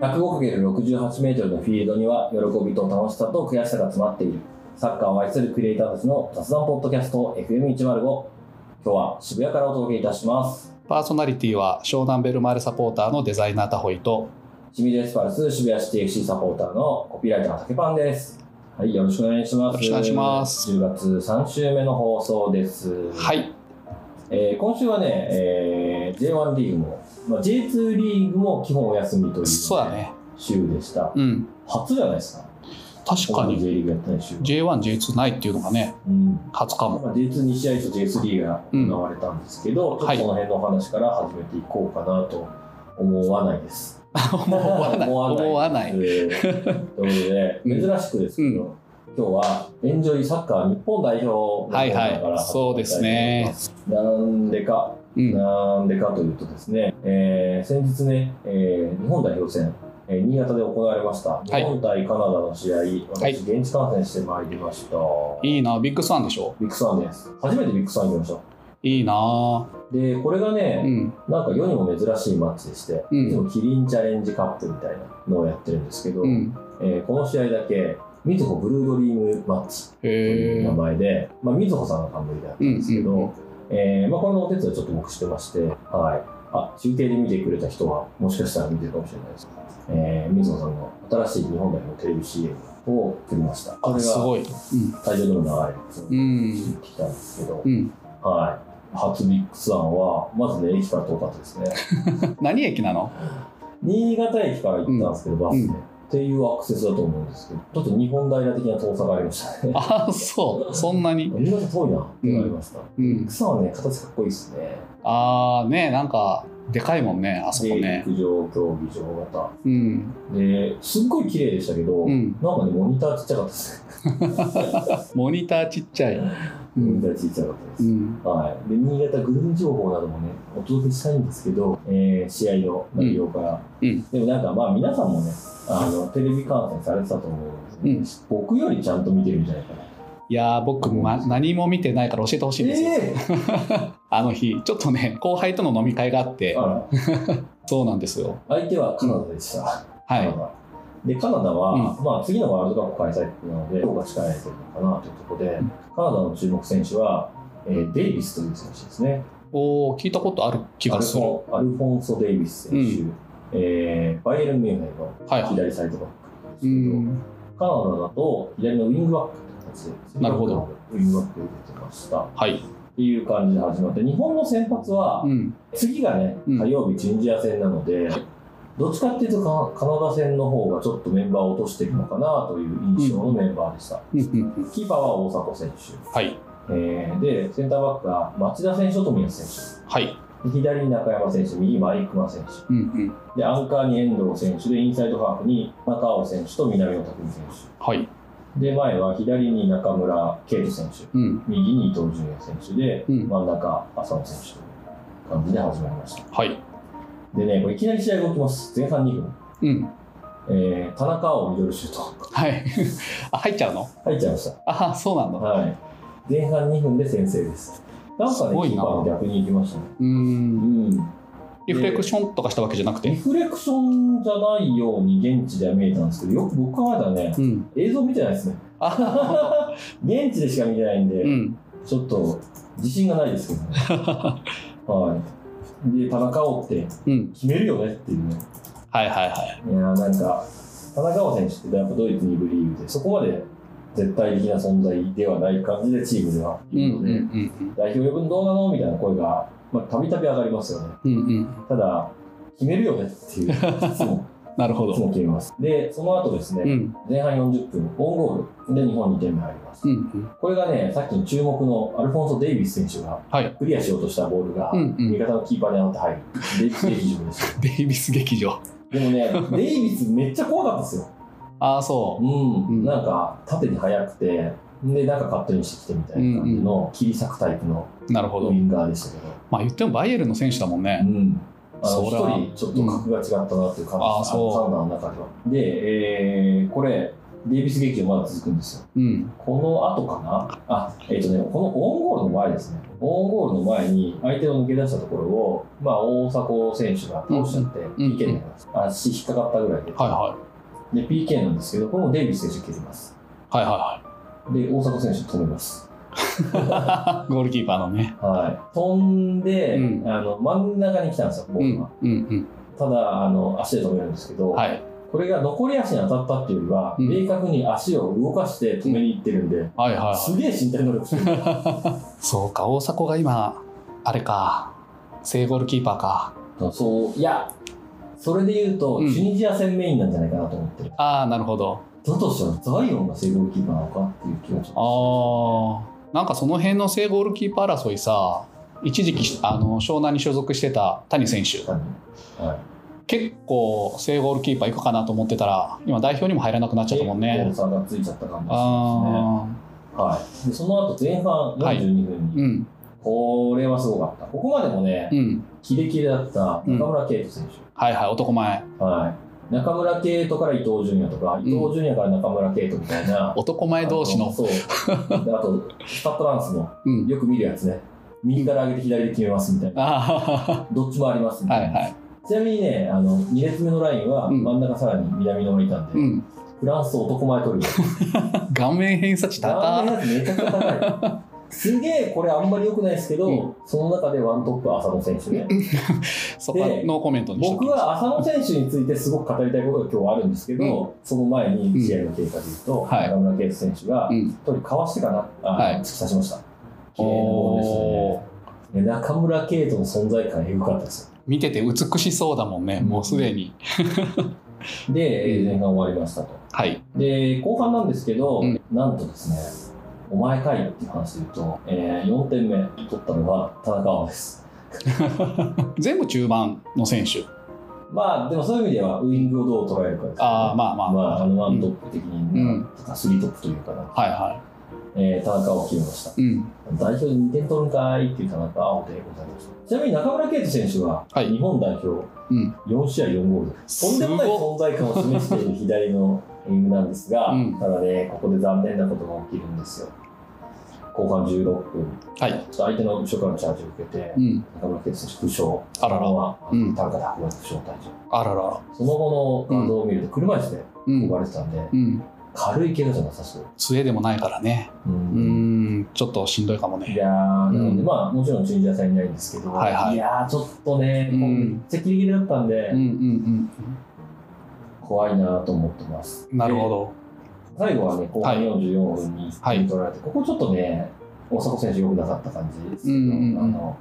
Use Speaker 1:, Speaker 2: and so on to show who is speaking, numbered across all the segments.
Speaker 1: 105×68 メートルのフィールドには喜びと楽しさと悔しさが詰まっているサッカーを愛するクリエイターたちの雑談ポッドキャスト FM105 今日は渋谷からお届けいたします
Speaker 2: パーソナリティは湘南ベルマーレサポーターのデザイナータホイと
Speaker 1: 清水エスパルス渋谷シティ FC サポーターのコピーライターの竹パンですはいよろしくお願いします
Speaker 2: よろしくお願いします
Speaker 1: 10月3週目の放送です
Speaker 2: はい
Speaker 1: えー今週はね、えー J1 リーグも、まあ、J2 リーグも基本お休みという
Speaker 2: そうだね
Speaker 1: 週でした
Speaker 2: うん
Speaker 1: 初じゃないですか
Speaker 2: 確
Speaker 1: 他
Speaker 2: か
Speaker 1: の
Speaker 2: に
Speaker 1: J リーグやってない週は、
Speaker 2: J1J2 ないっていうのがね
Speaker 1: うん
Speaker 2: 初か も
Speaker 1: まあ、J22 試合と J3 が行われたんですけど、
Speaker 2: ん
Speaker 1: ちょっとその辺のお話から始めていこうかなと思わないです。
Speaker 2: 思わない思わない
Speaker 1: ですということで、珍しくですけど、今日はエンジョイサッカー日本代表の
Speaker 2: はい
Speaker 1: コーナーか
Speaker 2: は
Speaker 1: ら
Speaker 2: いそうですね
Speaker 1: なんでか、
Speaker 2: うん
Speaker 1: なんでかというとですね、えー先日ね、えー日本代表戦、えー新潟で行われました、
Speaker 2: い
Speaker 1: 日本対カナダの試合、
Speaker 2: はい
Speaker 1: 私、現地観戦してまいりました。
Speaker 2: いいなビッグスワンでしょ
Speaker 1: ビッグサンです。初めてビッグサン行きました。
Speaker 2: いいな
Speaker 1: でこれが
Speaker 2: う
Speaker 1: ね、
Speaker 2: ん
Speaker 1: なんか世にも珍しいマッチでして、
Speaker 2: うん
Speaker 1: いつもキリンチャレンジカップみたいなのをやってるんですけど、
Speaker 2: うん
Speaker 1: えーこの試合だけみずほブルードリームマッチとい
Speaker 2: へ
Speaker 1: う
Speaker 2: え
Speaker 1: 名前で、まあ、みずほさんが冠であったんですけど、
Speaker 2: うんうんうん
Speaker 1: えーまあ、これのお手伝いをちょっと僕してまして、はい、あ中継で見てくれた人はもしかしたら見てるかもしれないです、えー、みずほさんの新しい日本代表テレビ CM を作りましたこ
Speaker 2: あ
Speaker 1: れ
Speaker 2: す
Speaker 1: が
Speaker 2: ごいうん
Speaker 1: 大量でも流れです
Speaker 2: う
Speaker 1: ね
Speaker 2: ん
Speaker 1: 来たんですけど、
Speaker 2: うん
Speaker 1: はい。初ビッグスワンは、まずね、駅から遠かったです ね。
Speaker 2: 何駅なの
Speaker 1: 新潟駅から行ったんですけど、バスで。
Speaker 2: うん
Speaker 1: っていうアクセスだと思うんですけど、ちょっと日本平的な遠さがありましたね。
Speaker 2: あそうそんな に
Speaker 1: 新潟遠いなってなりました。
Speaker 2: う
Speaker 1: ビッ
Speaker 2: ん
Speaker 1: グスワンはね、形かっこいいですね。
Speaker 2: ああねなんかでかいもんねあそこ
Speaker 1: で、
Speaker 2: ね
Speaker 1: 陸上競技場型。
Speaker 2: うん
Speaker 1: で、すっごい綺麗でしたけど、
Speaker 2: うん
Speaker 1: なんかね、モニターちっちゃかったですね。
Speaker 2: モニターちっちゃいうん
Speaker 1: モニターちっちゃかったです。
Speaker 2: うん
Speaker 1: はい、で新潟グルメ情報などもねお届けしたいんですけど、えー試合の内容から、
Speaker 2: うんうん
Speaker 1: でもなんかまあ皆さんもねあのテレビ観戦されてたと思うんですけど、
Speaker 2: うん
Speaker 1: 僕よりちゃんと見てるんじゃないかな。
Speaker 2: いやー僕、ま、何も見てないから教えてほしいんですよ、
Speaker 1: え
Speaker 2: あの日ちょっとね後輩との飲み会があって
Speaker 1: ーあら
Speaker 2: そうなんですよ
Speaker 1: 相手はカナダでした。
Speaker 2: は
Speaker 1: カ
Speaker 2: い
Speaker 1: ナダでカナダは、まあ、次のワールドカップ開催なのでどうが力入れてるのかなというところで、
Speaker 2: ん
Speaker 1: カナダの注目選手は、えーデイビスという選手ですね。
Speaker 2: おお聞いたことある気
Speaker 1: ア
Speaker 2: が
Speaker 1: ル
Speaker 2: する
Speaker 1: フォンアルフォンソ・デイビス選手、
Speaker 2: う
Speaker 1: えーバイエルン・ミュンヘンの
Speaker 2: はいはい
Speaker 1: 左サイドバック
Speaker 2: う
Speaker 1: なんです
Speaker 2: ん
Speaker 1: けど、カナダだと左のウィングバックという形で、
Speaker 2: なるほど
Speaker 1: ウィングバックを入れてました。っ
Speaker 2: はい
Speaker 1: ていう感じで始まって、日本の先発は、
Speaker 2: うん
Speaker 1: 次がね、
Speaker 2: うん
Speaker 1: 火曜日、チュニジア戦なので、どっちかっていうとカ、カナダ戦の方がちょっとメンバーを落としてるのかなという印象のメンバーでした。
Speaker 2: うんうんうん
Speaker 1: キーパーは大迫選手、
Speaker 2: はい
Speaker 1: えーで、センターバックが町田選手と富安選
Speaker 2: はい
Speaker 1: 手、で左に中山選手、右に毎熊選手。
Speaker 2: うんうん
Speaker 1: でアンカーに遠藤選手でインサイドハーフに中尾選手と南野拓実選
Speaker 2: はい
Speaker 1: 手で前は左に中村圭斗選手
Speaker 2: うん
Speaker 1: 右に伊東純也選手で
Speaker 2: うん
Speaker 1: 真ん中浅野選手という感じで始まりました
Speaker 2: はい
Speaker 1: でねこれいきなり試合が起きます前半2分、
Speaker 2: うん
Speaker 1: えー田中碧ミドルシュート
Speaker 2: はい あ入っちゃうの
Speaker 1: 入っちゃいまし
Speaker 2: ああそうなん
Speaker 1: た
Speaker 2: だ
Speaker 1: はい前半2分で先制ですなんか
Speaker 2: す
Speaker 1: ね
Speaker 2: ご
Speaker 1: キ
Speaker 2: い
Speaker 1: ー
Speaker 2: な
Speaker 1: パーの逆に行きましたね
Speaker 2: う
Speaker 1: うんん
Speaker 2: リフレクションとかしたわけじゃなく
Speaker 1: リ
Speaker 2: て
Speaker 1: フレクションじゃないように現地では見えたんですけどよく僕考えたらね
Speaker 2: うん
Speaker 1: 映像見てないですね
Speaker 2: あは
Speaker 1: 現地でしか見てないんで、
Speaker 2: うん
Speaker 1: ちょっと自信がないですけどね。はい。で、田中碧って
Speaker 2: うん
Speaker 1: 決めるよねっていうね。
Speaker 2: はいはいはい
Speaker 1: いやーなんか、田中碧選手ってやっぱドイツ2部リーグで、そこまで絶対的な存在ではない感じでチームでは
Speaker 2: うん
Speaker 1: いるの
Speaker 2: うんう
Speaker 1: で、
Speaker 2: ん
Speaker 1: 代表呼ぶのどうなのみたいな声が、まあ、たびたび上がりますよね。
Speaker 2: うんうんうん
Speaker 1: ただ、決めるよねっていう、いつ も、
Speaker 2: なるほ
Speaker 1: いつ
Speaker 2: ど
Speaker 1: も決めます。で、その後ですね、
Speaker 2: うん
Speaker 1: 前半40分、オンゴールで日本2点目入ります。
Speaker 2: うんうん
Speaker 1: これがね、さっきの注目のアルフォンソ・デイビス選手が
Speaker 2: はい
Speaker 1: クリアしようとしたボールが、
Speaker 2: うんうん
Speaker 1: 味方のキーパーに当たって入る。デイビス劇場でした。
Speaker 2: デイビス劇場
Speaker 1: でもね、デイビスめっちゃ怖かったですよ。。
Speaker 2: ああそううんうん
Speaker 1: なんか、縦に速くて、で、なんかカットインしてきてみたいな感じの、切り裂くタイプの
Speaker 2: なるほ
Speaker 1: ウ
Speaker 2: ど
Speaker 1: ィ。ンガーでしたけど。
Speaker 2: まあ言ってもバイエルンの選手だもん
Speaker 1: う
Speaker 2: ね。
Speaker 1: ん。あの、
Speaker 2: そら
Speaker 1: 一人ちょっと格が違ったなっていう感じ
Speaker 2: うんあーそう
Speaker 1: サンダーの中では。で、えーこれ、デイビス劇場まだ続くんですよ。
Speaker 2: うん。
Speaker 1: この後かなあ、えっ、とね、このオウンゴールの前ですね。オウンゴールの前に相手を抜け出したところを、まあ、大迫選手が倒しちゃって、
Speaker 2: ん
Speaker 1: PK になります。足引っかかったぐらいで。
Speaker 2: はいはい。
Speaker 1: で、PK なんですけど、これもデイビス選手蹴ります。
Speaker 2: はいは
Speaker 1: で、大迫選手止めます。
Speaker 2: いはい。ゴ ールキーパーのね。
Speaker 1: はい。飛んで、
Speaker 2: うん
Speaker 1: あの、真ん中に来たんですよ、ボ
Speaker 2: う
Speaker 1: ール
Speaker 2: ん
Speaker 1: が。
Speaker 2: うん
Speaker 1: ただ、あの、足で止めるんですけど、
Speaker 2: うん。はい。
Speaker 1: これが残り足に当たったっていうよりは、
Speaker 2: うん
Speaker 1: 明確に足を動かして止めに行ってるんで、
Speaker 2: はいはいは
Speaker 1: すげえ身体能力して る。
Speaker 2: い。そうか、大迫が今、あれか、正ゴールキーパーか。
Speaker 1: そう、いや、それで言うと、
Speaker 2: うん
Speaker 1: チュニジア戦メインなんじゃないかなと思ってる。
Speaker 2: ああ、なるほど。
Speaker 1: だとしたら、ザイオンが正ゴールキーパーなのかっていう気持ち。
Speaker 2: ああなんかその辺の正ゴールキーパー争いさ一時期あの湘南に所属してた谷選手
Speaker 1: はい。
Speaker 2: 結構正ゴールキーパー行くかなと思ってたら今代表にも入らなくなっちゃったもんね。
Speaker 1: 差がついちゃった感じがしま
Speaker 2: あ
Speaker 1: すね。はい。で、その後前半42分に、
Speaker 2: ーうん
Speaker 1: これはすごかった。ここまでもね、
Speaker 2: うん
Speaker 1: キレキレだった中村敬斗選手。
Speaker 2: はいはい男前
Speaker 1: はい。中村敬斗から伊東純也とか、伊東純也から中村敬斗みたいな。
Speaker 2: 男前同士
Speaker 1: あ
Speaker 2: の
Speaker 1: そう。であと、スタッドランスの、
Speaker 2: うん
Speaker 1: よく見るやつね。右から上げて左で決めますみたいな。
Speaker 2: あ
Speaker 1: どっちもありますみ
Speaker 2: ー
Speaker 1: た
Speaker 2: はいい
Speaker 1: な。
Speaker 2: はい
Speaker 1: ちなみにね、あの、2列目のラインは
Speaker 2: うん
Speaker 1: 真ん中さらに南の方にいたんで、
Speaker 2: うん
Speaker 1: フランス男前 取るよ。
Speaker 2: 顔面偏差値
Speaker 1: ラーメン
Speaker 2: 高
Speaker 1: やつめちゃくちゃ高い。すげえ、これあんまり良くないですけど、
Speaker 2: うん
Speaker 1: その中でワントップ浅野選手ね。
Speaker 2: そこはノーコメントにしとき
Speaker 1: 僕は浅野選手についてすごく語りたいことが今日はあるんですけど、その前に試合の経過で言うと、
Speaker 2: んはい
Speaker 1: 中村圭選手が
Speaker 2: う
Speaker 1: 一
Speaker 2: ん
Speaker 1: 人かわしてかな、あ
Speaker 2: はい
Speaker 1: 突き刺しました。綺麗なボールでしたね。で中村圭斗の存在感エグかったですよ
Speaker 2: 見てて美しそうだもんねもうすでに
Speaker 1: で、
Speaker 2: うん
Speaker 1: 前半終わりましたと。
Speaker 2: はい
Speaker 1: で、後半なんですけど、
Speaker 2: うん
Speaker 1: なんとですね、お前かいっていう話で言うと、えー4点目取ったのは田中碧です。
Speaker 2: 全部中盤の選手
Speaker 1: まあ、でもそういう意味では、ウイングをどう捉えるかですね
Speaker 2: ああまあまあ
Speaker 1: ま
Speaker 2: ま
Speaker 1: あ、
Speaker 2: あ
Speaker 1: あのワント
Speaker 2: は
Speaker 1: ップ的に、
Speaker 2: うん
Speaker 1: とかスリートップというかな、
Speaker 2: いは
Speaker 1: えー田中を決めました。
Speaker 2: いうん
Speaker 1: 代表で2点取るんかいっていう田中碧でございました。ちなみに中村敬斗選手は、
Speaker 2: はい
Speaker 1: 日本代表
Speaker 2: うん
Speaker 1: 4試合4ゴール、とんでもない
Speaker 2: すご
Speaker 1: 存在感を示している左のウイングなんですが、
Speaker 2: うん
Speaker 1: ただね、ここで残念なことが起きるんですよ。後半16分、
Speaker 2: はい。
Speaker 1: ちょっと相手の後ろからのチャージを受けて
Speaker 2: う、ん。
Speaker 1: 中村敬斗選手、負傷、
Speaker 2: あらら
Speaker 1: このまま
Speaker 2: うん
Speaker 1: 単価で運ばれて負傷退
Speaker 2: あらら。
Speaker 1: 場。その後の画像を見ると、車椅子で
Speaker 2: う
Speaker 1: 運ば
Speaker 2: ん。
Speaker 1: れてたんで、
Speaker 2: うん。
Speaker 1: 軽い怪我じゃなさそう。
Speaker 2: 杖でもないからね。うーん。ちょっとしんどいかも
Speaker 1: い
Speaker 2: ね。
Speaker 1: やーなの
Speaker 2: う
Speaker 1: で、
Speaker 2: ん
Speaker 1: まあ、もちろんチュニジア戦になるんですけど、
Speaker 2: はいはい
Speaker 1: やー、ちょっとね、
Speaker 2: うん
Speaker 1: もうめっちゃギリギリだったんで、
Speaker 2: うんうん
Speaker 1: 怖いなと思ってます。
Speaker 2: うん。なるほど。
Speaker 1: で最後はね、後半
Speaker 2: はい
Speaker 1: 44分に1点取られて、ここちょっとね、大迫選手、良くなかった感じですけど、
Speaker 2: うんうんうん
Speaker 1: あの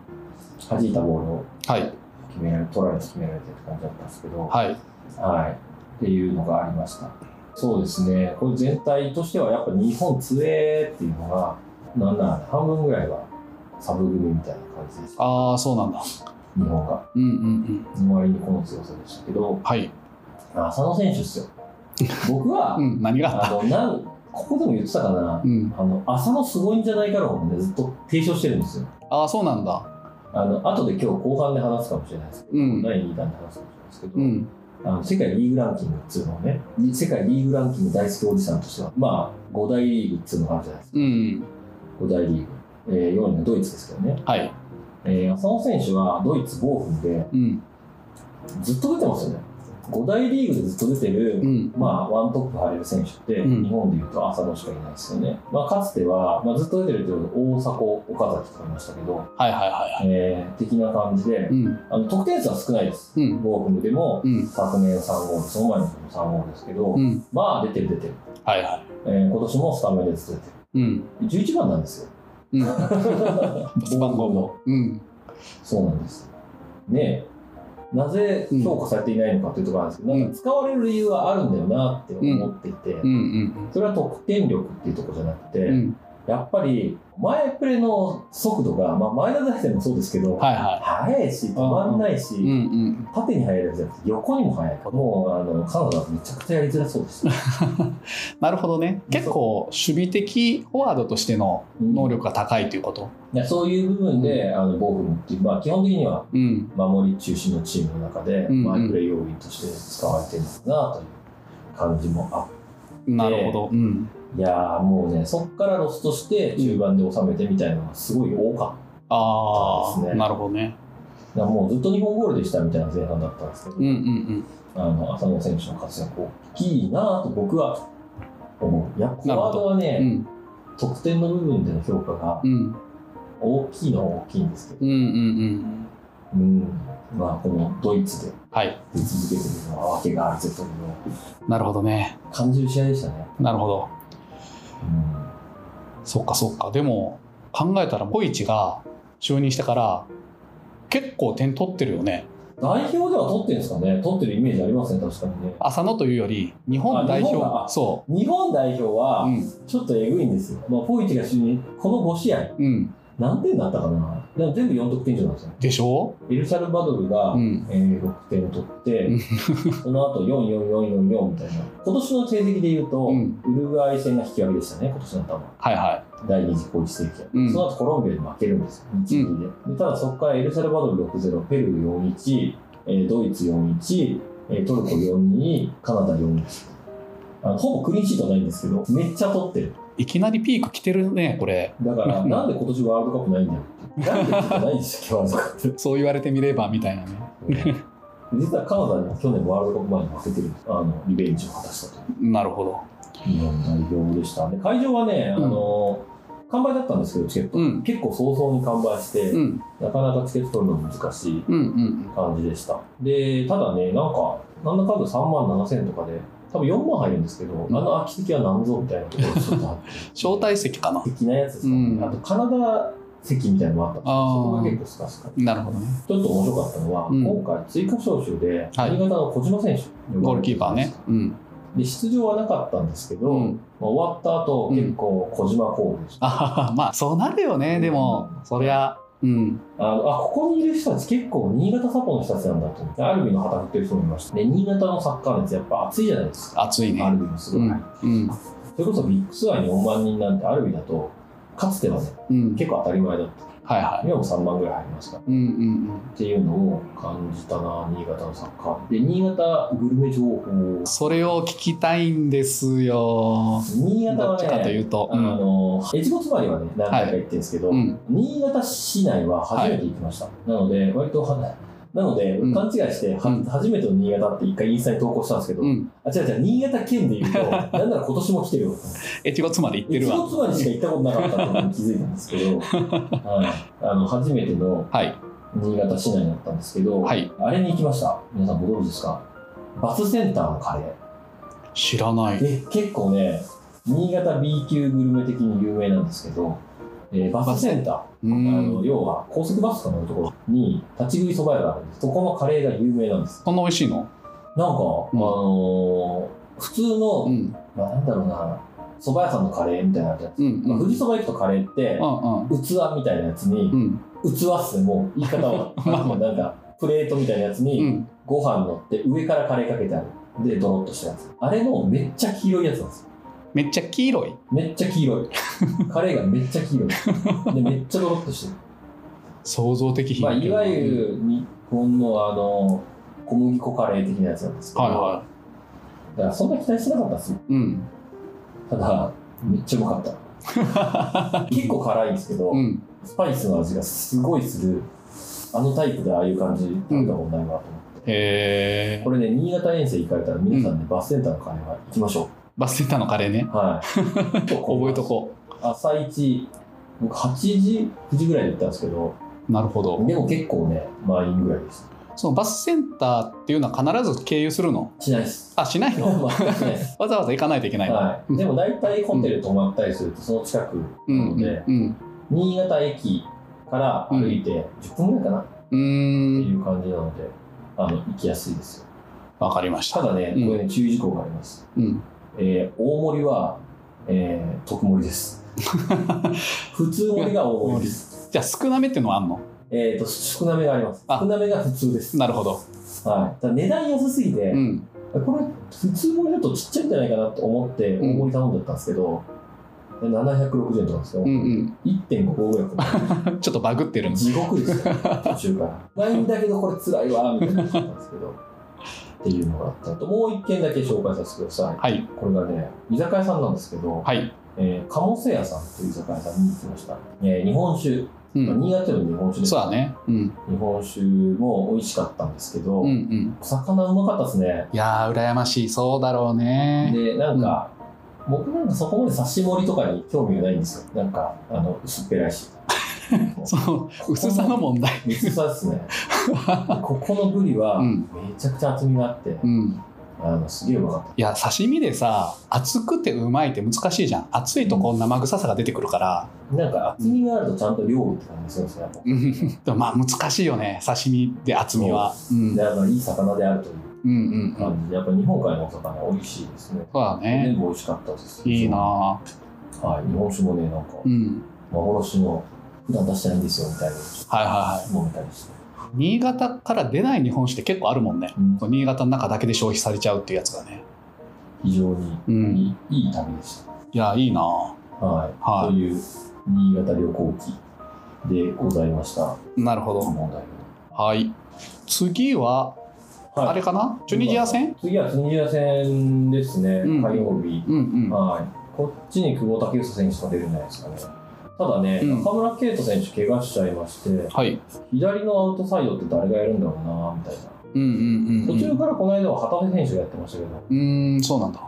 Speaker 1: 弾いたボールを
Speaker 2: はい。
Speaker 1: 決められ取られて決められてって感じだったんですけど、は
Speaker 2: はい。
Speaker 1: い、っていうのがありました。そうですね、これ全体としては、やっぱ日本強えっていうのが、なんなら半分ぐらいはサブ組みたいな感じです、
Speaker 2: ああ、そうなんだ。
Speaker 1: 日本が。
Speaker 2: うんうんうん。
Speaker 1: の割にこの強さでしたけど、
Speaker 2: はい。
Speaker 1: 浅野選手 ですよ。僕は、
Speaker 2: うん。何があっ
Speaker 1: あのなんここでも言ってたかな
Speaker 2: た、うん。
Speaker 1: あの浅野すごいんじゃないかろうね、ずっと提唱してるんですよ。
Speaker 2: ああ、そうなんだ。
Speaker 1: あの後で今日後半で話すかもしれないですけど、
Speaker 2: うん
Speaker 1: 第2弾で話すかもしれないですけど、
Speaker 2: うん。
Speaker 1: あの世界リーグランキングっていうのをね、世界リーグランキング大好きおじさんとしては、まあ、5大リーグっていうのがあるじゃないですか、
Speaker 2: うん。
Speaker 1: 5大リーグ。えー、4位のドイツですけどね、
Speaker 2: はい。
Speaker 1: えー浅野選手はドイツ5分で
Speaker 2: うん。
Speaker 1: ずっと出てますよね。5大リーグでずっと出てる、
Speaker 2: うん。
Speaker 1: まあ、ワントップ入れる選手って、
Speaker 2: うん
Speaker 1: 日本でいうと浅野しかいないですよね。まあ、かつては、まあ、ずっと出てると大迫、岡崎とかいましたけど、
Speaker 2: はいはいはいはい。
Speaker 1: えー的な感じで、
Speaker 2: うん。
Speaker 1: あの得点数は少ないです。
Speaker 2: うん。
Speaker 1: ゴーフムでも、
Speaker 2: うん。
Speaker 1: 昨年の3ゴール、その前の3ゴールですけど、
Speaker 2: うん。
Speaker 1: まあ、出てる出てる。
Speaker 2: はいは
Speaker 1: えー今年もスタメンでずっと
Speaker 2: い。うん。
Speaker 1: 出てる。11番なんですよ。
Speaker 2: うん。番号も。うん。
Speaker 1: そうなんです。ねえなぜ評価されていないのかというところなんですけど、なんか使われる理由はあるんだよなって思っていて、
Speaker 2: うんうん
Speaker 1: それは得点力っていうところじゃなくて、
Speaker 2: うん。うん。
Speaker 1: やっぱり前プレの速度が、まあ、前田大然もそうですけど、
Speaker 2: はいは
Speaker 1: 速いし止まんないし、
Speaker 2: い。うんうん。
Speaker 1: 縦に入るんじゃなくて横にも速いもうあのカナダめちゃくちゃやりづらそうです、
Speaker 2: なるほどね。結構守備的フォワードとしての 能力が高いということ。
Speaker 1: いやそういう部分で、あのボーフムっていう、まあ、基本的には
Speaker 2: うん。
Speaker 1: 守り中心のチームの中で、
Speaker 2: んうん
Speaker 1: 前プレー要員として使われてるのかなという感じもあっって
Speaker 2: なるほど、うん、
Speaker 1: いやーもうねそっからロスとして中盤で収めてみたいなのがすごい多かっ
Speaker 2: あ
Speaker 1: そうで
Speaker 2: あ、
Speaker 1: すね
Speaker 2: なるほどね
Speaker 1: ただからもうずっと日本ゴールでしたみたいな前半だったんですけど、
Speaker 2: うんうん
Speaker 1: あの浅野選手の活躍をいいなぁと僕は思ういやフォワードは
Speaker 2: う
Speaker 1: ね、
Speaker 2: ん
Speaker 1: 得点の部分での評価が
Speaker 2: うんうん
Speaker 1: 大きいのは大きいんですけど、
Speaker 2: うんうんうん
Speaker 1: うんまあ、このドイツで
Speaker 2: はい
Speaker 1: 出続けてるのは訳があるぜというのを
Speaker 2: なるほどね
Speaker 1: 感じる試合でしたね。
Speaker 2: なるほど
Speaker 1: うん
Speaker 2: そっかそっかでも考えたらポイチが就任してから結構点取ってるよね
Speaker 1: 代表では取ってるんですかね取ってるイメージありますね、確かにね。
Speaker 2: 浅野というより日本代
Speaker 1: あ日本が
Speaker 2: 表そ
Speaker 1: 日本代表
Speaker 2: う
Speaker 1: は
Speaker 2: うん
Speaker 1: ちょっとえぐいんですよ。まあ、ポイチが就任、この5試合、
Speaker 2: うん
Speaker 1: 何点だったかなでも全部4得点以上なんですよ。
Speaker 2: でしょ
Speaker 1: エルサルバドルが、
Speaker 2: うん
Speaker 1: えー6点を取って、
Speaker 2: うん
Speaker 1: その後4、4、4、4、4みたいな。今年の成績で言うと、
Speaker 2: うん
Speaker 1: ウルグアイ戦が引き分けでしたね、今年の多分。
Speaker 2: はいは
Speaker 1: 第二次攻撃政権、
Speaker 2: うん
Speaker 1: その後コロンビアに負けるんですよ、1、2でで。ただそこからエルサルバドル6-0、ペルー4-1、えードイツ4-1、えートルコ4-2、カナダ4-1。あのほぼクリーンシートないんですけど、めっちゃ取ってる。
Speaker 2: いいきなりピーク来てるねこれ
Speaker 1: だ から、なんで今年ワールドカップないんだよって。なんでちょっとないんですよ、ワールドカップ。
Speaker 2: そう言われてみればみたいなね
Speaker 1: 実はカナダにも去年ワールドカップ前に負けてるんですあのリベンジを果たしたと
Speaker 2: なるほど
Speaker 1: 日本代表でしたね会場はね、あの完売だったんですけどチケット、
Speaker 2: うん
Speaker 1: 結構早々に完売して、
Speaker 2: うん
Speaker 1: なかなかチケット取るの難しい
Speaker 2: うんうん
Speaker 1: 感じでした。で、ただね、なんか、なんだかんだ3万7千とかで、多分4万入るんですけど、
Speaker 2: ん
Speaker 1: あの空き席は何ぞみたいなところがちょっとあって、
Speaker 2: 招待席かな
Speaker 1: 的なやつですかね。
Speaker 2: うん
Speaker 1: あと、カナダ席みたいなのもあったんですけ
Speaker 2: あー
Speaker 1: どそこが結構スカスカで。
Speaker 2: なるほどね
Speaker 1: ちょっと面白かったのは、
Speaker 2: うん
Speaker 1: 今回追加招集で、
Speaker 2: はい
Speaker 1: 新潟の小島選手、
Speaker 2: ゴールキーパーねうん
Speaker 1: で、出場はなかったんですけど、
Speaker 2: うん
Speaker 1: まあ、終わった後、
Speaker 2: うん
Speaker 1: 結構小島コールでした。
Speaker 2: あははまあそうなるよねでもそりゃうん
Speaker 1: あのあここにいる人たち結構新潟サポの人たちなんだと思ってアルビの働いてる人もいましたで新潟のサッカー熱やっぱ熱いじゃないですか
Speaker 2: 熱い
Speaker 1: アル
Speaker 2: ね
Speaker 1: ビもす
Speaker 2: う
Speaker 1: ごい、
Speaker 2: んうん
Speaker 1: それこそビッグツアーに4万人なんてアルビだとかつてはね
Speaker 2: うん
Speaker 1: 結構当たり前だった
Speaker 2: はいはい
Speaker 1: 今も3万ぐらい入りますから
Speaker 2: うんうんうん
Speaker 1: っていうのを感じたな新潟のサッカーで新潟グルメ情報
Speaker 2: それを聞きたいんですよ。
Speaker 1: 新潟
Speaker 2: どっ
Speaker 1: は
Speaker 2: ちかとい
Speaker 1: ね
Speaker 2: うと、
Speaker 1: あ
Speaker 2: うん、
Speaker 1: の越後つまりはね何回か行ってるんですけど、
Speaker 2: うん、
Speaker 1: 新潟市内は初めて行きました、なので割とはなので、
Speaker 2: うん
Speaker 1: 勘違いしては、
Speaker 2: うん
Speaker 1: 初めての新潟って一回インスタに投稿したんですけど、
Speaker 2: うん、
Speaker 1: あ違う違う新潟県で言 うとなんなら今年も来てるよ
Speaker 2: 越後つまで行って
Speaker 1: 一
Speaker 2: るわ
Speaker 1: 度。つまりしか行ったことなかったっていうのに気づいたんですけ ど、はい、あの初めての
Speaker 2: はい、
Speaker 1: 新潟市内だったんですけど、
Speaker 2: はい
Speaker 1: あれに行きました皆さんご存知ですかバスセンターのカレー
Speaker 2: 知らない。
Speaker 1: え結構ね新潟 B 級グルメ的に有名なんですけど、えーバスセンター
Speaker 2: う
Speaker 1: あの
Speaker 2: ん、
Speaker 1: 要は高速バスとか乗るところに立ち食いそば屋があるんですそこのカレーが有名なんです
Speaker 2: そんな美味しいの。
Speaker 1: なんか、あのー普通の、
Speaker 2: うん、
Speaker 1: まあ、なんだろうなそば屋さんのカレーみたいなやつ、
Speaker 2: うん、う
Speaker 1: まあ、
Speaker 2: ん、うん、
Speaker 1: 富士そば行くとカレーって、
Speaker 2: う
Speaker 1: 器みたいなやつに、
Speaker 2: ん、
Speaker 1: 器っすねもう言い方は
Speaker 2: まあまあ
Speaker 1: なんかプレートみたいなやつ
Speaker 2: う
Speaker 1: に
Speaker 2: ん、
Speaker 1: ご飯乗って上からカレーかけてあるでドロッとしたやつあれのめっちゃ黄色いやつなんですよ
Speaker 2: めっちゃ黄色い。
Speaker 1: めっちゃ黄 色いカレーがめっちゃ黄色いでめっちゃドロッとしてる
Speaker 2: 想像的 品。
Speaker 1: まあ、いわゆる日本のあの小麦粉カレー的なやつなんですけど、
Speaker 2: はいは
Speaker 1: だからそんな期待してなかったんですよ
Speaker 2: い。うん、
Speaker 1: ただめっちゃうまかった 結構辛いんですけど、
Speaker 2: うん、
Speaker 1: スパイスの味がすごいするあのタイプでああいう感じ食べたことないなと思って、
Speaker 2: へえ
Speaker 1: こ。れね新潟遠征行かれたら皆さんね、バスセンターのカレーは行きましょ
Speaker 2: バスセンターのカレーね
Speaker 1: う。はい
Speaker 2: 覚えとこ
Speaker 1: 朝一僕8時9時ぐらいに行ったんですけど
Speaker 2: う。なるほど。
Speaker 1: でも結構ね満員ぐらいです
Speaker 2: そのバスセンターっていうのは必ず経由するの。
Speaker 1: しないです
Speaker 2: あ、しない
Speaker 1: 全
Speaker 2: の。
Speaker 1: くしないです
Speaker 2: わざわざ行かないといけないの。
Speaker 1: はい、でも大体ホテル泊まったりするとその近く
Speaker 2: う、
Speaker 1: なんの
Speaker 2: うん、
Speaker 1: で、
Speaker 2: うん
Speaker 1: 新潟駅から歩いて10分ぐらいかなっ
Speaker 2: う
Speaker 1: て
Speaker 2: ーん、
Speaker 1: いう感じなので、あの行きやすいですよ
Speaker 2: わかりましたた。
Speaker 1: だね
Speaker 2: うん
Speaker 1: これね注意事項があります、
Speaker 2: うん。
Speaker 1: えー大盛りは、えー特盛りです 普通盛りが大盛りです
Speaker 2: じゃあ少なめっていうのはあんの
Speaker 1: えー、と少なめがあります
Speaker 2: あ
Speaker 1: 少なめが普通です、
Speaker 2: なるほど。
Speaker 1: はい、ただ値段安すぎて、
Speaker 2: うん。
Speaker 1: これ普通盛りだとちっちゃいんじゃないかなと思って大盛り頼んじゃったんですけど、で760円とかですよ、
Speaker 2: うん
Speaker 1: 1.5合ぐらいかな
Speaker 2: うん。ちょっとバグってるんです。
Speaker 1: 地獄ですよ途中からないんだけどこれ辛いわみたいな感じだったんですけどっていうのがあったあともう一軒だけ紹介させてください
Speaker 2: はい
Speaker 1: これがね居酒屋さんなんですけど、
Speaker 2: はい、
Speaker 1: えー、鴨瀬屋さんという居酒屋さんに行きました、えー日本酒、
Speaker 2: う
Speaker 1: まあ
Speaker 2: ん、
Speaker 1: 新潟でも日本酒です
Speaker 2: そうだねうん
Speaker 1: 日本酒も美味しかったんですけど、
Speaker 2: うんうん
Speaker 1: お魚うまかったですね
Speaker 2: いやー羨ましいそうだろうね
Speaker 1: でなんか、僕なんかそこまで刺し盛りとかに興味がないんですよなんかあの薄っぺらいし
Speaker 2: その薄さの問題
Speaker 1: 薄さです ねここのブリは
Speaker 2: うん
Speaker 1: めちゃくちゃ厚みがあって、
Speaker 2: うん
Speaker 1: あのすげえうまかった
Speaker 2: いや刺身でさ熱くてうまいって難しいじゃん熱いとこう生臭さが出てくるから、
Speaker 1: なんか厚みがあるとちゃんと料理って感じするんですよね
Speaker 2: うん、でもまあ難しいよね刺身で厚みは、うん、うん
Speaker 1: であのいい魚であるという
Speaker 2: うんうん
Speaker 1: 感じでやっぱり日本海のお魚美味しいですね
Speaker 2: そうだね
Speaker 1: 全部美味しかったです
Speaker 2: いいな
Speaker 1: はい日本酒もねなんか
Speaker 2: うん
Speaker 1: 幻の普段出してないんですよみたいな
Speaker 2: はいはいは
Speaker 1: 飲めたりして、
Speaker 2: い新潟から出ない日本酒って結構あるもんね
Speaker 1: うん
Speaker 2: 新潟の中だけで消費されちゃうっていうやつがね
Speaker 1: 非常に
Speaker 2: うん
Speaker 1: いい,、いい旅でし
Speaker 2: いやいいなは
Speaker 1: たはいと
Speaker 2: い
Speaker 1: いう新潟旅行記でございました
Speaker 2: なるほど
Speaker 1: 問題
Speaker 2: はい次は、あれかなチュニジア戦
Speaker 1: 次はチュニジア戦ですね、
Speaker 2: うん
Speaker 1: 火曜日、
Speaker 2: うんうん
Speaker 1: はい、こっちに久保建英選手が出るんじゃないですかね。ただね、
Speaker 2: うん
Speaker 1: 中村敬斗選手、怪我しちゃいまして、
Speaker 2: はい
Speaker 1: 左のアウトサイドって誰がやるんだろうなみたいな、
Speaker 2: うんうんうん
Speaker 1: 途中
Speaker 2: う
Speaker 1: からこの間は旗手選手がやってましたけど、
Speaker 2: んうーんそうなんだ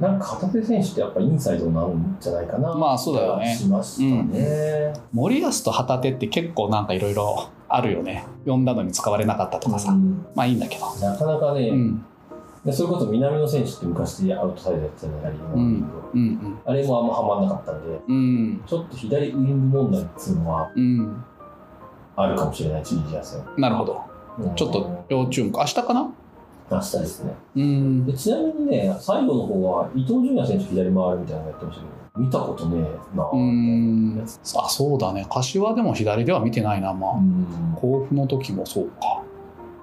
Speaker 1: なんか旗手選手ってやっぱインサイドなんじゃないかな、
Speaker 2: まあそうだよね
Speaker 1: しましたね。
Speaker 2: 森保と旗手って結構なんかいろいろあるよね呼んだのに使われなかったとかさ、
Speaker 1: うん
Speaker 2: まあいいんだけど、
Speaker 1: なかなかね、
Speaker 2: うん、
Speaker 1: でそれこそ南の選手って昔アウトサイドやってたの左のウイング、
Speaker 2: うん
Speaker 1: あれもあんまはまんなかったんで、
Speaker 2: うんうん
Speaker 1: ちょっと左ウイング問題っていうのは
Speaker 2: うん
Speaker 1: あるかもしれない、チュニジア戦。
Speaker 2: なるほど
Speaker 1: うん
Speaker 2: ちょっと要注目明日かな
Speaker 1: 出したいですね。
Speaker 2: うん
Speaker 1: でちなみにね、最後の方は伊東純也選手左回るみたいなのやってましたけど、見たことねえな。
Speaker 2: う
Speaker 1: うんん
Speaker 2: あそうだね柏でも左では見てないなまあ、甲府の時もそうか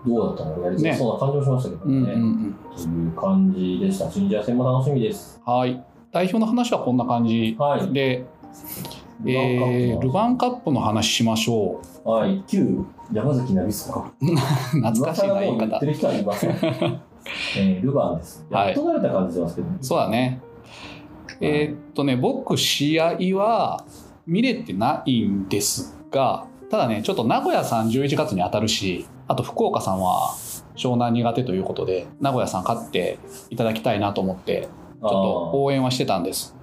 Speaker 1: どうだったのやりづら
Speaker 2: ね
Speaker 1: そうな感じもしましたけど
Speaker 2: うんうん
Speaker 1: ね。
Speaker 2: うん
Speaker 1: という感じでした。チュニジア戦も楽しみです。
Speaker 2: はい代表の話はこんな感じ
Speaker 1: はい。
Speaker 2: で、
Speaker 1: ルヴ
Speaker 2: えールヴァンカップの話しましょ う
Speaker 1: プ。はい。旧山崎ナビスコカップ。
Speaker 2: 懐かしいな
Speaker 1: 今更
Speaker 2: 言い
Speaker 1: もう言っ
Speaker 2: 方
Speaker 1: てる人はい ません。えールヴァンです。
Speaker 2: はい
Speaker 1: やっと慣れた感じしますけどね。
Speaker 2: そうだね。えーっとね、僕、試合は見れてないんですが、ただね、ちょっと名古屋さん11月に当たるし、あと福岡さんは湘南苦手ということで、名古屋さん勝っていただきたいなと思って、
Speaker 1: ち
Speaker 2: ちょっと応援はしてたんです。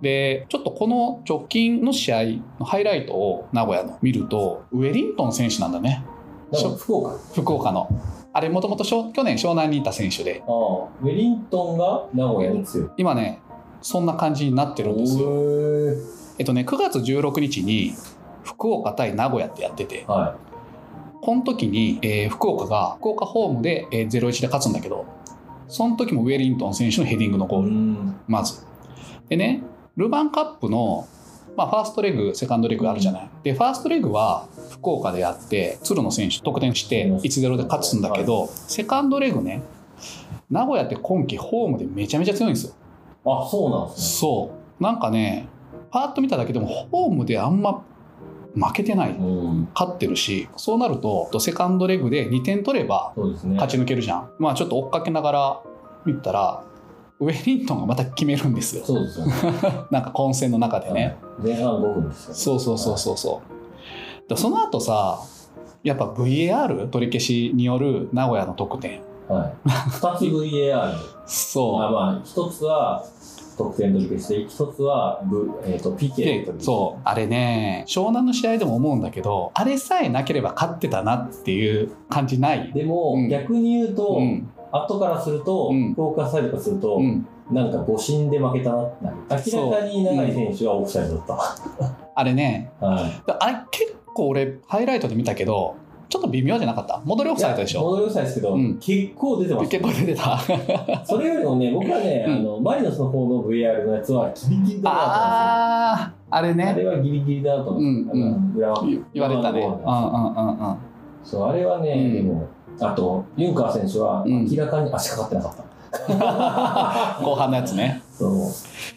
Speaker 2: で、ちょっとこの直近の試合のハイライトを名古屋の見ると、ウェリントン選手なんだね、
Speaker 1: なんか福岡。あ
Speaker 2: 福岡の。あれ、もともと去年湘南にいた選手で、
Speaker 1: あウェリントンが名古屋に強い。
Speaker 2: 今ね、そんな感じになってるんですよ。
Speaker 1: おー
Speaker 2: えっとね、9月16日に福岡対名古屋ってやってて、
Speaker 1: は
Speaker 2: この時に、えー福岡が福岡ホームで、えー0-1で勝つんだけど、その時もウェリントン選手のヘディングの
Speaker 1: い。
Speaker 2: ゴール、
Speaker 1: ん。
Speaker 2: まず。でね、ルヴァンカップの、まあ、ファーストレグ、セカンドレグあるじゃない。で、ファーストレグは福岡でやって、鶴野選手得点して1-0で勝つんだけど、セカンドレグね、名古屋って今季ホームでめちゃめちゃ強いんですよ。
Speaker 1: あ、そうなんですね。
Speaker 2: そうなんかねパーッと見ただけでもホームであんま負けてない
Speaker 1: うん。
Speaker 2: 勝ってるしそうなるとセカンドレグで2点取れば
Speaker 1: そうですね。
Speaker 2: 勝ち抜けるじゃんまあちょっと追っかけながら見たらウェリントンがまた決めるんですよ
Speaker 1: そうですよね。
Speaker 2: なんか混戦の中でね、
Speaker 1: はい。前半5分ですよね。
Speaker 2: そうそうそうそうそうでその後さやっぱ VAR 取り消しによる名古屋の得点
Speaker 1: はい。2つ VAR。あ
Speaker 2: そ
Speaker 1: まあ、1つは得点取り消して、1つは、ブえー、と PK
Speaker 2: う
Speaker 1: 取り
Speaker 2: で
Speaker 1: 消し
Speaker 2: そうあれね湘南の試合でも思うんだけどあれさえなければ勝ってたなっていう感じない
Speaker 1: でも、
Speaker 2: うん
Speaker 1: 逆に言うと、
Speaker 2: うん
Speaker 1: 後からすると、
Speaker 2: うん
Speaker 1: 福岡サイドからすると、
Speaker 2: うん、
Speaker 1: なんか誤審で負けたなってなる
Speaker 2: そう
Speaker 1: 明らかに永井選手はオフサイドだった。
Speaker 2: あれね
Speaker 1: はい
Speaker 2: あれ結構俺ハイライトで見たけどちょっと微妙じゃなかった戻り オフサイドでし
Speaker 1: いや
Speaker 2: ょ
Speaker 1: 戻りオフサイドですけど、
Speaker 2: うん
Speaker 1: 結構出てました
Speaker 2: 結構出て た
Speaker 1: それよりもね、僕はね、
Speaker 2: うん
Speaker 1: あのマリノスの方の VR のやつはギリギリだなと思ったんですよ。
Speaker 2: あーあれ
Speaker 1: あ
Speaker 2: ね
Speaker 1: れはギリギリだなと思って、
Speaker 2: うんうん
Speaker 1: あの裏は
Speaker 2: 言われたねう
Speaker 1: うんん
Speaker 2: うんうんうん
Speaker 1: そうあれはね、
Speaker 2: うん
Speaker 1: でもあとユンカー選手は
Speaker 2: うん
Speaker 1: 明らかに足かかってなかった、
Speaker 2: 後半のやつね
Speaker 1: そう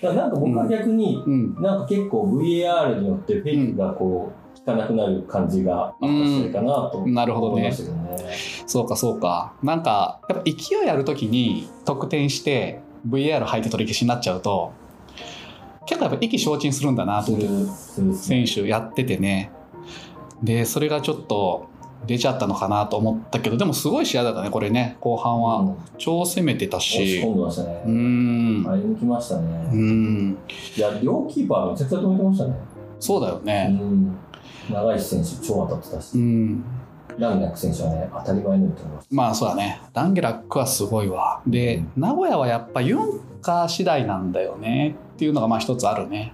Speaker 1: だからなんか僕は逆に、
Speaker 2: うん
Speaker 1: なんか結構 VAR によってフェイクがこう効かなくなる感じがあったせいかなと
Speaker 2: なるほど
Speaker 1: 思いま
Speaker 2: ね
Speaker 1: したけどね、
Speaker 2: そうかそうかなんかやっぱ勢いある時に得点して VAR 入って取り消しになっちゃうと結構やっぱ意気消沈するんだなと
Speaker 1: す
Speaker 2: 思って
Speaker 1: るするっすね
Speaker 2: 選手やっててねでそれがちょっと出ちゃったのかなと思ったけどでもすごい試合だったねこれね後半
Speaker 1: う
Speaker 2: は
Speaker 1: ん
Speaker 2: 超攻めてた
Speaker 1: 押し
Speaker 2: し
Speaker 1: 込んでましたね
Speaker 2: う。ん
Speaker 1: あれ抜きました
Speaker 2: う
Speaker 1: ね。
Speaker 2: ん
Speaker 1: いや、両キーパーめちゃくちゃ止めてましたね。
Speaker 2: そうだよ
Speaker 1: う
Speaker 2: ね
Speaker 1: ん。長石選手、超当たってた
Speaker 2: う
Speaker 1: し、
Speaker 2: ん
Speaker 1: ランナック選手はね、当たり前のように止めまし
Speaker 2: まあそうだねダンゲラックはすごいわで名古屋はやっぱユンカー次第なんだよねっていうのがまあ一つあるね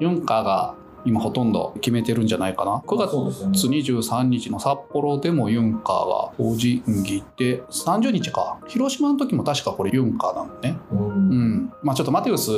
Speaker 2: ユンカーが今ほとんど決めてるんじゃないかな
Speaker 1: た。
Speaker 2: 9月
Speaker 1: そうですよね。
Speaker 2: 23日の札幌でもユンカーが法人着で30日か広島の時も確かこれユンカーなのね
Speaker 1: う。
Speaker 2: うんんまあちょっとマテウス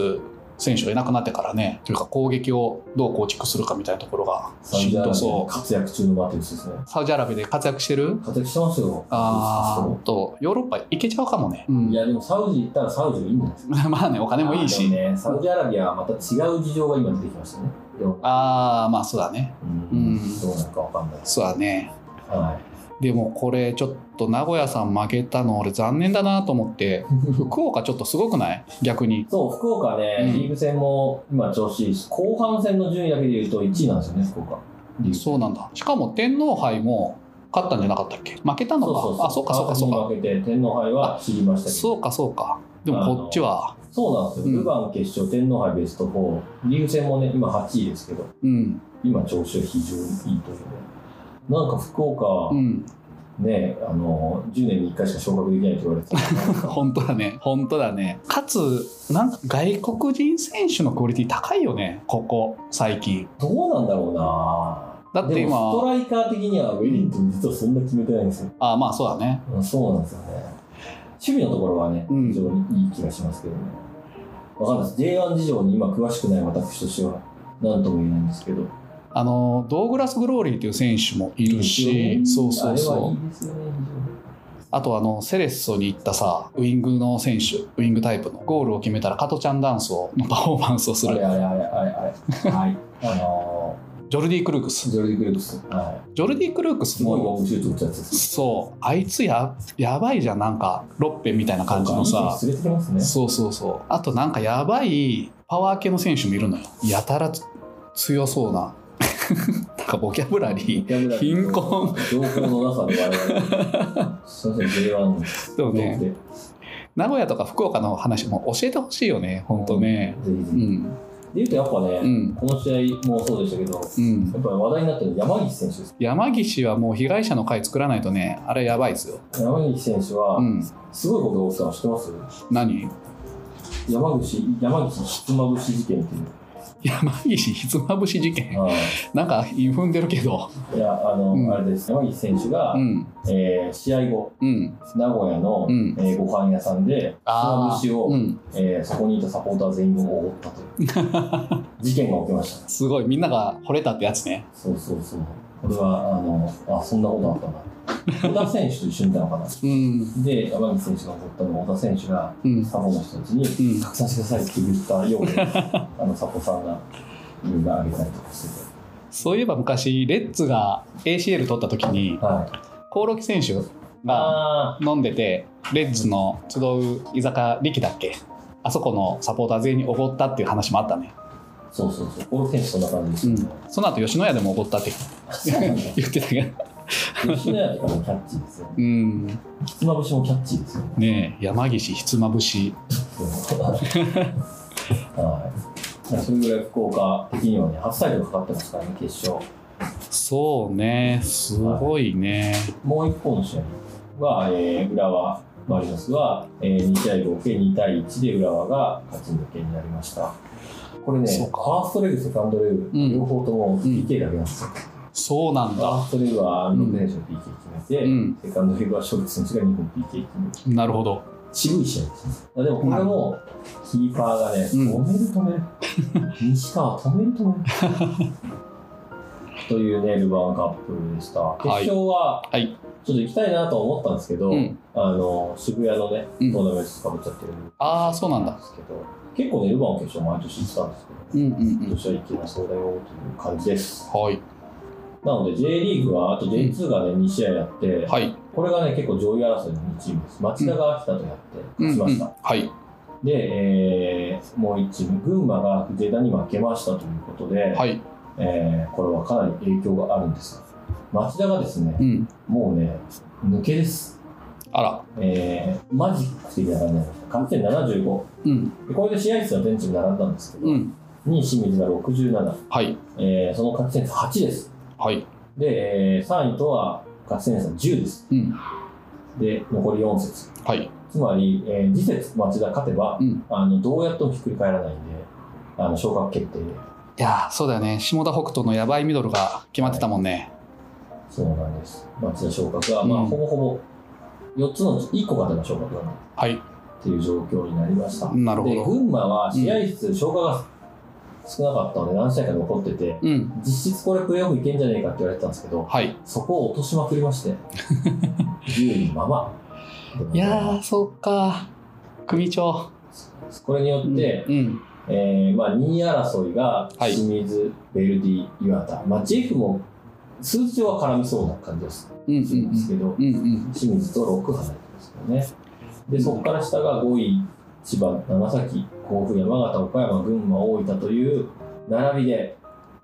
Speaker 2: 選手がいなくなってからねというか攻撃をどう構築するかみたいなところが
Speaker 1: サウ
Speaker 2: しん
Speaker 1: ジアラビ
Speaker 2: ど
Speaker 1: ア
Speaker 2: そ
Speaker 1: で
Speaker 2: う
Speaker 1: 活躍中のマテウスですね。
Speaker 2: サウジアラビアで活躍してる
Speaker 1: 活躍してますよ。
Speaker 2: あ
Speaker 1: そ
Speaker 2: ーとヨーロッパ行けちゃうかもね、う
Speaker 1: うい
Speaker 2: ん、
Speaker 1: や、でもサウジ行ったらサウジいいんじゃないですか。
Speaker 2: まあねお金もいい
Speaker 1: あー
Speaker 2: し
Speaker 1: でもね、サウジアラビアはまた違う事情が今出てきましたね。でも
Speaker 2: ああまあそうだね
Speaker 1: う
Speaker 2: うん
Speaker 1: ん。どうなるかわかんないです。
Speaker 2: そうだね
Speaker 1: は
Speaker 2: でもこれちょっと名古屋さん負けたの俺残念だなと 思って
Speaker 1: い。
Speaker 2: 福岡ちょっとすごくない逆に
Speaker 1: そう、福岡ね、
Speaker 2: うん
Speaker 1: リーグ戦も今調子いいし、後半戦の順位だけで言うと1位なんですよね、福岡。リーグ
Speaker 2: そうなんだしかも天皇杯も勝ったんじゃなかったっけ負けたのか
Speaker 1: そうそうそう。
Speaker 2: あそうかそうかそう
Speaker 1: 川
Speaker 2: か
Speaker 1: 崎に負けて天皇杯は知りましたけど。
Speaker 2: そうかそうかでもこっちは
Speaker 1: そうなんです
Speaker 2: うん
Speaker 1: よ。ルヴァン決勝、天皇杯ベスト4。リーグ戦もね、今8位ですけど、
Speaker 2: うん
Speaker 1: 今調子は非常にいいというね。なんか福岡
Speaker 2: う、ん
Speaker 1: ね、あの、10年に1回しか昇格できないって言われてたの に
Speaker 2: 本当だね本当だねかつなんか外国人選手のクオリティ高いよねここ最近
Speaker 1: どうなんだろうな
Speaker 2: だって
Speaker 1: でもスト
Speaker 2: 今
Speaker 1: ライカー的にはウェリントン実はそんな決めてないんですよ。
Speaker 2: あまあそうだね
Speaker 1: うんそうなんですよね。守備のところはね、
Speaker 2: うん
Speaker 1: 非常にいい気がしますけどね。わかんないです。J1 事情に今詳しくない私としては、なんとも言えないんですけど。
Speaker 2: あのドーグラス・グローリーという選手もいるしそうそう
Speaker 1: あれは
Speaker 2: そ
Speaker 1: いいですよね、
Speaker 2: うあとあのセレッソに行ったさウイングの選手ウイングタイプのゴールを決めたら加トちゃんダンスをのパフォーマンスをす
Speaker 1: 非常に。
Speaker 2: る
Speaker 1: あれあれあれあれあれ。はい。あの
Speaker 2: ジョルディ・クルークス
Speaker 1: ー、ジョルディ・クルークス。はい。
Speaker 2: ジョルディ・クルークス
Speaker 1: すごい
Speaker 2: も
Speaker 1: ロングシュート打ったやつです。
Speaker 2: そうあいつややばいじゃんなんかロッペみたいな感じのさ
Speaker 1: いい選手連れてきますね。
Speaker 2: そうそうそうあとなんかやばいパワー系の選手もいるのよやたらつ強そうな なんかボキャブラリ貧困。
Speaker 1: 情報の中で我々。すいません、J1
Speaker 2: ーでもね
Speaker 1: で。
Speaker 2: 名古屋とか福岡の話も教えてほしいよね本当ね
Speaker 1: ぜひぜ
Speaker 2: う
Speaker 1: ひ。
Speaker 2: ん
Speaker 1: でいうと、やっぱね、
Speaker 2: うん
Speaker 1: この試合もそうでしたけど、
Speaker 2: うん
Speaker 1: やっぱり話題になってる山岸選手です。
Speaker 2: 山岸はもう被害者の会作らないとねあれやばいですよ
Speaker 1: 山岸選手は
Speaker 2: うん
Speaker 1: すごいことが起きたの知ってます？
Speaker 2: 何
Speaker 1: 山口山口ひつまぶし事件っていう。
Speaker 2: 山岸ひつまぶし事件
Speaker 1: は
Speaker 2: なんか踏んでるけど
Speaker 1: いいやあの、
Speaker 2: うん
Speaker 1: あれです。山岸選手が、
Speaker 2: うん
Speaker 1: えー試合後
Speaker 2: うん
Speaker 1: 名古屋の、
Speaker 2: うん
Speaker 1: えーご飯屋さんでひつまぶしを、
Speaker 2: うん
Speaker 1: えーそこにいたサポーター全員をおごったという 事件が起きました。
Speaker 2: すごいみんなが惚れたってやつね
Speaker 1: そうそうそう。これはあのあそんなことあったな。小田選手と一緒にいたのかな。
Speaker 2: うん
Speaker 1: で山口選手がおごったのを小田選手が
Speaker 2: うん
Speaker 1: サポの人たちに。
Speaker 2: うん
Speaker 1: 拡散してくださいって言ったよう で、あの、サポさんが、いろいろあげたりとかして
Speaker 2: そういえば昔レッツが ACL 取った時に
Speaker 1: て。はい。
Speaker 2: 興梠選手が
Speaker 1: あ
Speaker 2: 飲んでてレッズの集う居酒屋力だっけあそこのサポーター全員におごったっていう話もあったね、
Speaker 1: あ、そうそうそう。オール選手そんな感じ
Speaker 2: う
Speaker 1: で
Speaker 2: ん
Speaker 1: すよね。、
Speaker 2: その後吉野家でもおごったって
Speaker 1: そうなんだ
Speaker 2: 言ってたけ ど
Speaker 1: 吉野家とかもキャッチーですよね。
Speaker 2: うん
Speaker 1: ひつまぶしもキャッチーですよね。
Speaker 2: ねえ山岸ひつまぶし
Speaker 1: そう はい。それぐらい福岡的にはね、初タイトルかかってますからね、決勝。
Speaker 2: そうねすごいね、
Speaker 1: もう一方の試合は、えー、浦和マリノスは、えー、2試合合計2対1で浦和が勝ち抜けになりました。これね、フ
Speaker 2: そ
Speaker 1: ァ
Speaker 2: うか
Speaker 1: ーストレグ、セカンドレグ、
Speaker 2: うん
Speaker 1: 両方とも PK であげますよ。
Speaker 2: そうなん
Speaker 1: ファ
Speaker 2: だ
Speaker 1: ーストレグは6連勝 PK 決めて、
Speaker 2: うん
Speaker 1: セカンドレグはショルツ選手が2本 PK 決めて、
Speaker 2: なるほど
Speaker 1: 渋い試合ですね。あでもこれも、キーパーがね、
Speaker 2: うん
Speaker 1: 止める止める。西川止める止める。 というね、ルヴァンカップでした。決勝は、
Speaker 2: はい
Speaker 1: ちょっと行きたいなとは思ったんですけど、
Speaker 2: うん
Speaker 1: あの渋谷のね、ト
Speaker 2: うん
Speaker 1: ーナメントかぶっちゃってるんで
Speaker 2: ああそうなんだ
Speaker 1: ですけど、結構ね、ルヴァン決勝毎年行ってたんですけど、
Speaker 2: うんうんう
Speaker 1: 今
Speaker 2: ん
Speaker 1: 年は行けなそうだよという感じです。
Speaker 2: はい
Speaker 1: なので J リーグは、あと J2 がね、2試合やって、
Speaker 2: はい
Speaker 1: これがね、結構上位争いの2チームです。町田が秋田とやって勝ちました。
Speaker 2: はい。
Speaker 1: で、えーもう1チーム、群馬が藤枝に負けましたということで、
Speaker 2: はい。
Speaker 1: えーこれはかなり影響があるんです。町田がですね
Speaker 2: う、ん。
Speaker 1: もうね、抜けです。
Speaker 2: あら。
Speaker 1: えーマジック的な感じになりました。勝ち点75。
Speaker 2: うん。
Speaker 1: でこれで試合数は全チーム並んだんですけど、
Speaker 2: うん。
Speaker 1: 2位清水が67、
Speaker 2: はい。
Speaker 1: えーその勝ち点差8です。
Speaker 2: はい。
Speaker 1: で、えー3位とは勝ち点差10です。
Speaker 2: うん。
Speaker 1: で、残り4節。
Speaker 2: はい。
Speaker 1: つまり、えー次節町田勝てば、
Speaker 2: うん
Speaker 1: あのどうやってもひっくり返らないんで、あの昇格決定で。
Speaker 2: いやーそうだよね。下田北斗のやばいミドルが決まってたもんね。
Speaker 1: そうなんです。町田昇格は、まあ、
Speaker 2: うん
Speaker 1: ほぼほぼ4つのうち1個勝てば昇格だな
Speaker 2: はい。
Speaker 1: っていう状況になりました。
Speaker 2: なるほ
Speaker 1: で、
Speaker 2: ど。
Speaker 1: 群馬は試合数、消化が少なかったので、何試合か残ってて、
Speaker 2: うん。
Speaker 1: 実質これプレーオフいけんじゃねえかって言われてたんですけど、
Speaker 2: はい。
Speaker 1: そこを落としまくりま して、10位まま。
Speaker 2: いやー、そうか。組長。
Speaker 1: これによって、
Speaker 2: うん。
Speaker 1: えーまあ、2位争いが
Speaker 2: はい
Speaker 1: 清水、ベルディ、岩田、まあ、ジェフも数字は絡みそうな感じです
Speaker 2: うん。うん。
Speaker 1: するんですけど、
Speaker 2: うん。うん。
Speaker 1: 清水と6離れてますよね。で、そこから下が5位、千葉、長崎、甲府、山形、岡山、群馬、大分という並びで、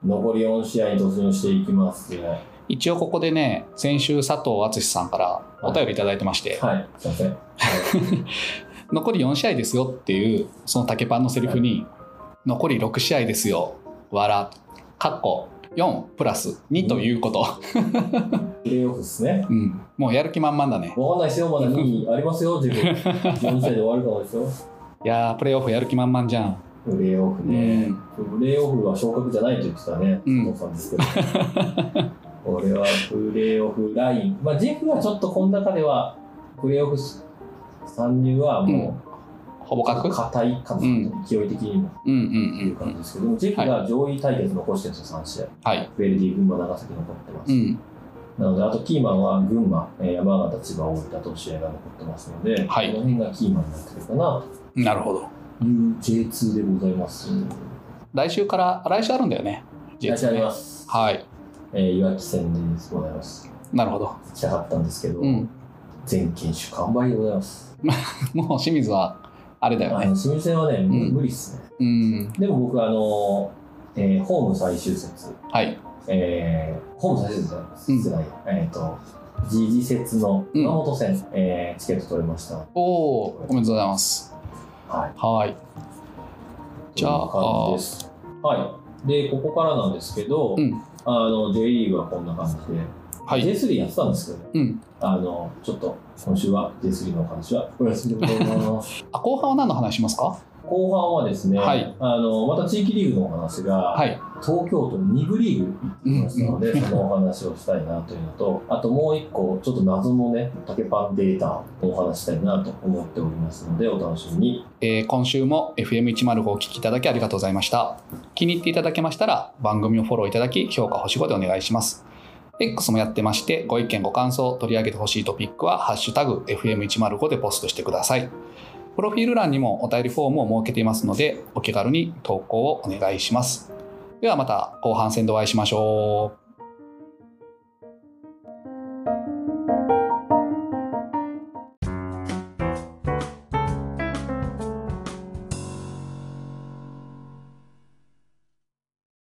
Speaker 1: 残り4試合に突入していきます。はい。
Speaker 2: 一応ここでね、先週佐藤敦史さんからお便りいただいてまして、
Speaker 1: すいません。
Speaker 2: 残り4試合ですよっていうその竹パンのセリフに「残り6試合ですよ」「笑」「かっこ4プラス2」ということ、
Speaker 1: プレーオフですね。
Speaker 2: うん、もうやる気満々だね
Speaker 1: わかんないですよ、まだ2位ありますよ、自分。4試合で終わるかもですよ。
Speaker 2: いやープレーオフやる気満々じゃん、
Speaker 1: プレーオフ
Speaker 2: う
Speaker 1: ね。
Speaker 2: ん、
Speaker 1: プレーオフは昇格じゃないと言ってたね、
Speaker 2: うん
Speaker 1: 佐藤さん ですけど。これはプレーオフライン。まあ、ジェフはちょっとこの中では、プレーオフ参入はも
Speaker 2: ほぼ
Speaker 1: う、
Speaker 2: 角
Speaker 1: 硬いかな、
Speaker 2: うん
Speaker 1: 勢い的にも
Speaker 2: うんうん
Speaker 1: と
Speaker 2: う
Speaker 1: いうん
Speaker 2: う
Speaker 1: 感じ
Speaker 2: ん
Speaker 1: ですけど、ジェフが上位対決残してるんですよ、3試合。
Speaker 2: はい
Speaker 1: ベルディ、群馬、長崎残ってます。
Speaker 2: うん
Speaker 1: なので、あとキーマンは群馬、えー山形、千葉、大分と試合が残ってますので、
Speaker 2: はい
Speaker 1: この辺がキーマンになってくるかな
Speaker 2: なるほど
Speaker 1: という J2 でございます。
Speaker 2: 来週から来週あるんだよね
Speaker 1: いらっしゃいますす。
Speaker 2: はい
Speaker 1: えー、いわき戦でございます。
Speaker 2: なるほど、
Speaker 1: 行きたかったんですけど、
Speaker 2: うん、
Speaker 1: 全犬種完売でございます。
Speaker 2: もう清水はあれだ
Speaker 1: あ
Speaker 2: よ
Speaker 1: の
Speaker 2: ね
Speaker 1: 清水戦はね、もううん無理っすね。
Speaker 2: うん
Speaker 1: でも僕、あのーえーホーム最終節、
Speaker 2: はい
Speaker 1: えーホーム最終節じゃないです
Speaker 2: うん
Speaker 1: じゃないよえっ、と、時事節の熊本戦、えーチケット取れました。
Speaker 2: おおおめでとうございます
Speaker 1: はい。
Speaker 2: はいじゃあ
Speaker 1: という感じです。はい。で、ここからなんですけど、
Speaker 2: うん
Speaker 1: あの J リーグはこんな感じで、
Speaker 2: はい、
Speaker 1: J3 やってたんですけどね、
Speaker 2: うん、
Speaker 1: あの、ちょっと今週は J3 のお話はお休みでございます。
Speaker 2: あ後半は何の話しますか
Speaker 1: 後半はですね、
Speaker 2: はい
Speaker 1: あのまた地域リーグのお話が、
Speaker 2: はい。
Speaker 1: 東京都2部リーグ行ってきましたので、そのお話をしたいなというのと、あともう一個、ちょっと謎のね、竹パンデータをお話したいなと思っておりますので、お楽しみに。
Speaker 2: えー今週も FM105 をお聞きいただきありがとうございました。気に入っていただけましたら番組をフォローいただき評価星5でお願いします。X もやってましてご意見ご感想取り上げてほしいトピックは「ハッシュタグ #FM105」でポストしてください。プロフィール欄にもお便りフォームを設けていますのでお気軽に投稿をお願いします。ではまた後半戦でお会いしましょう。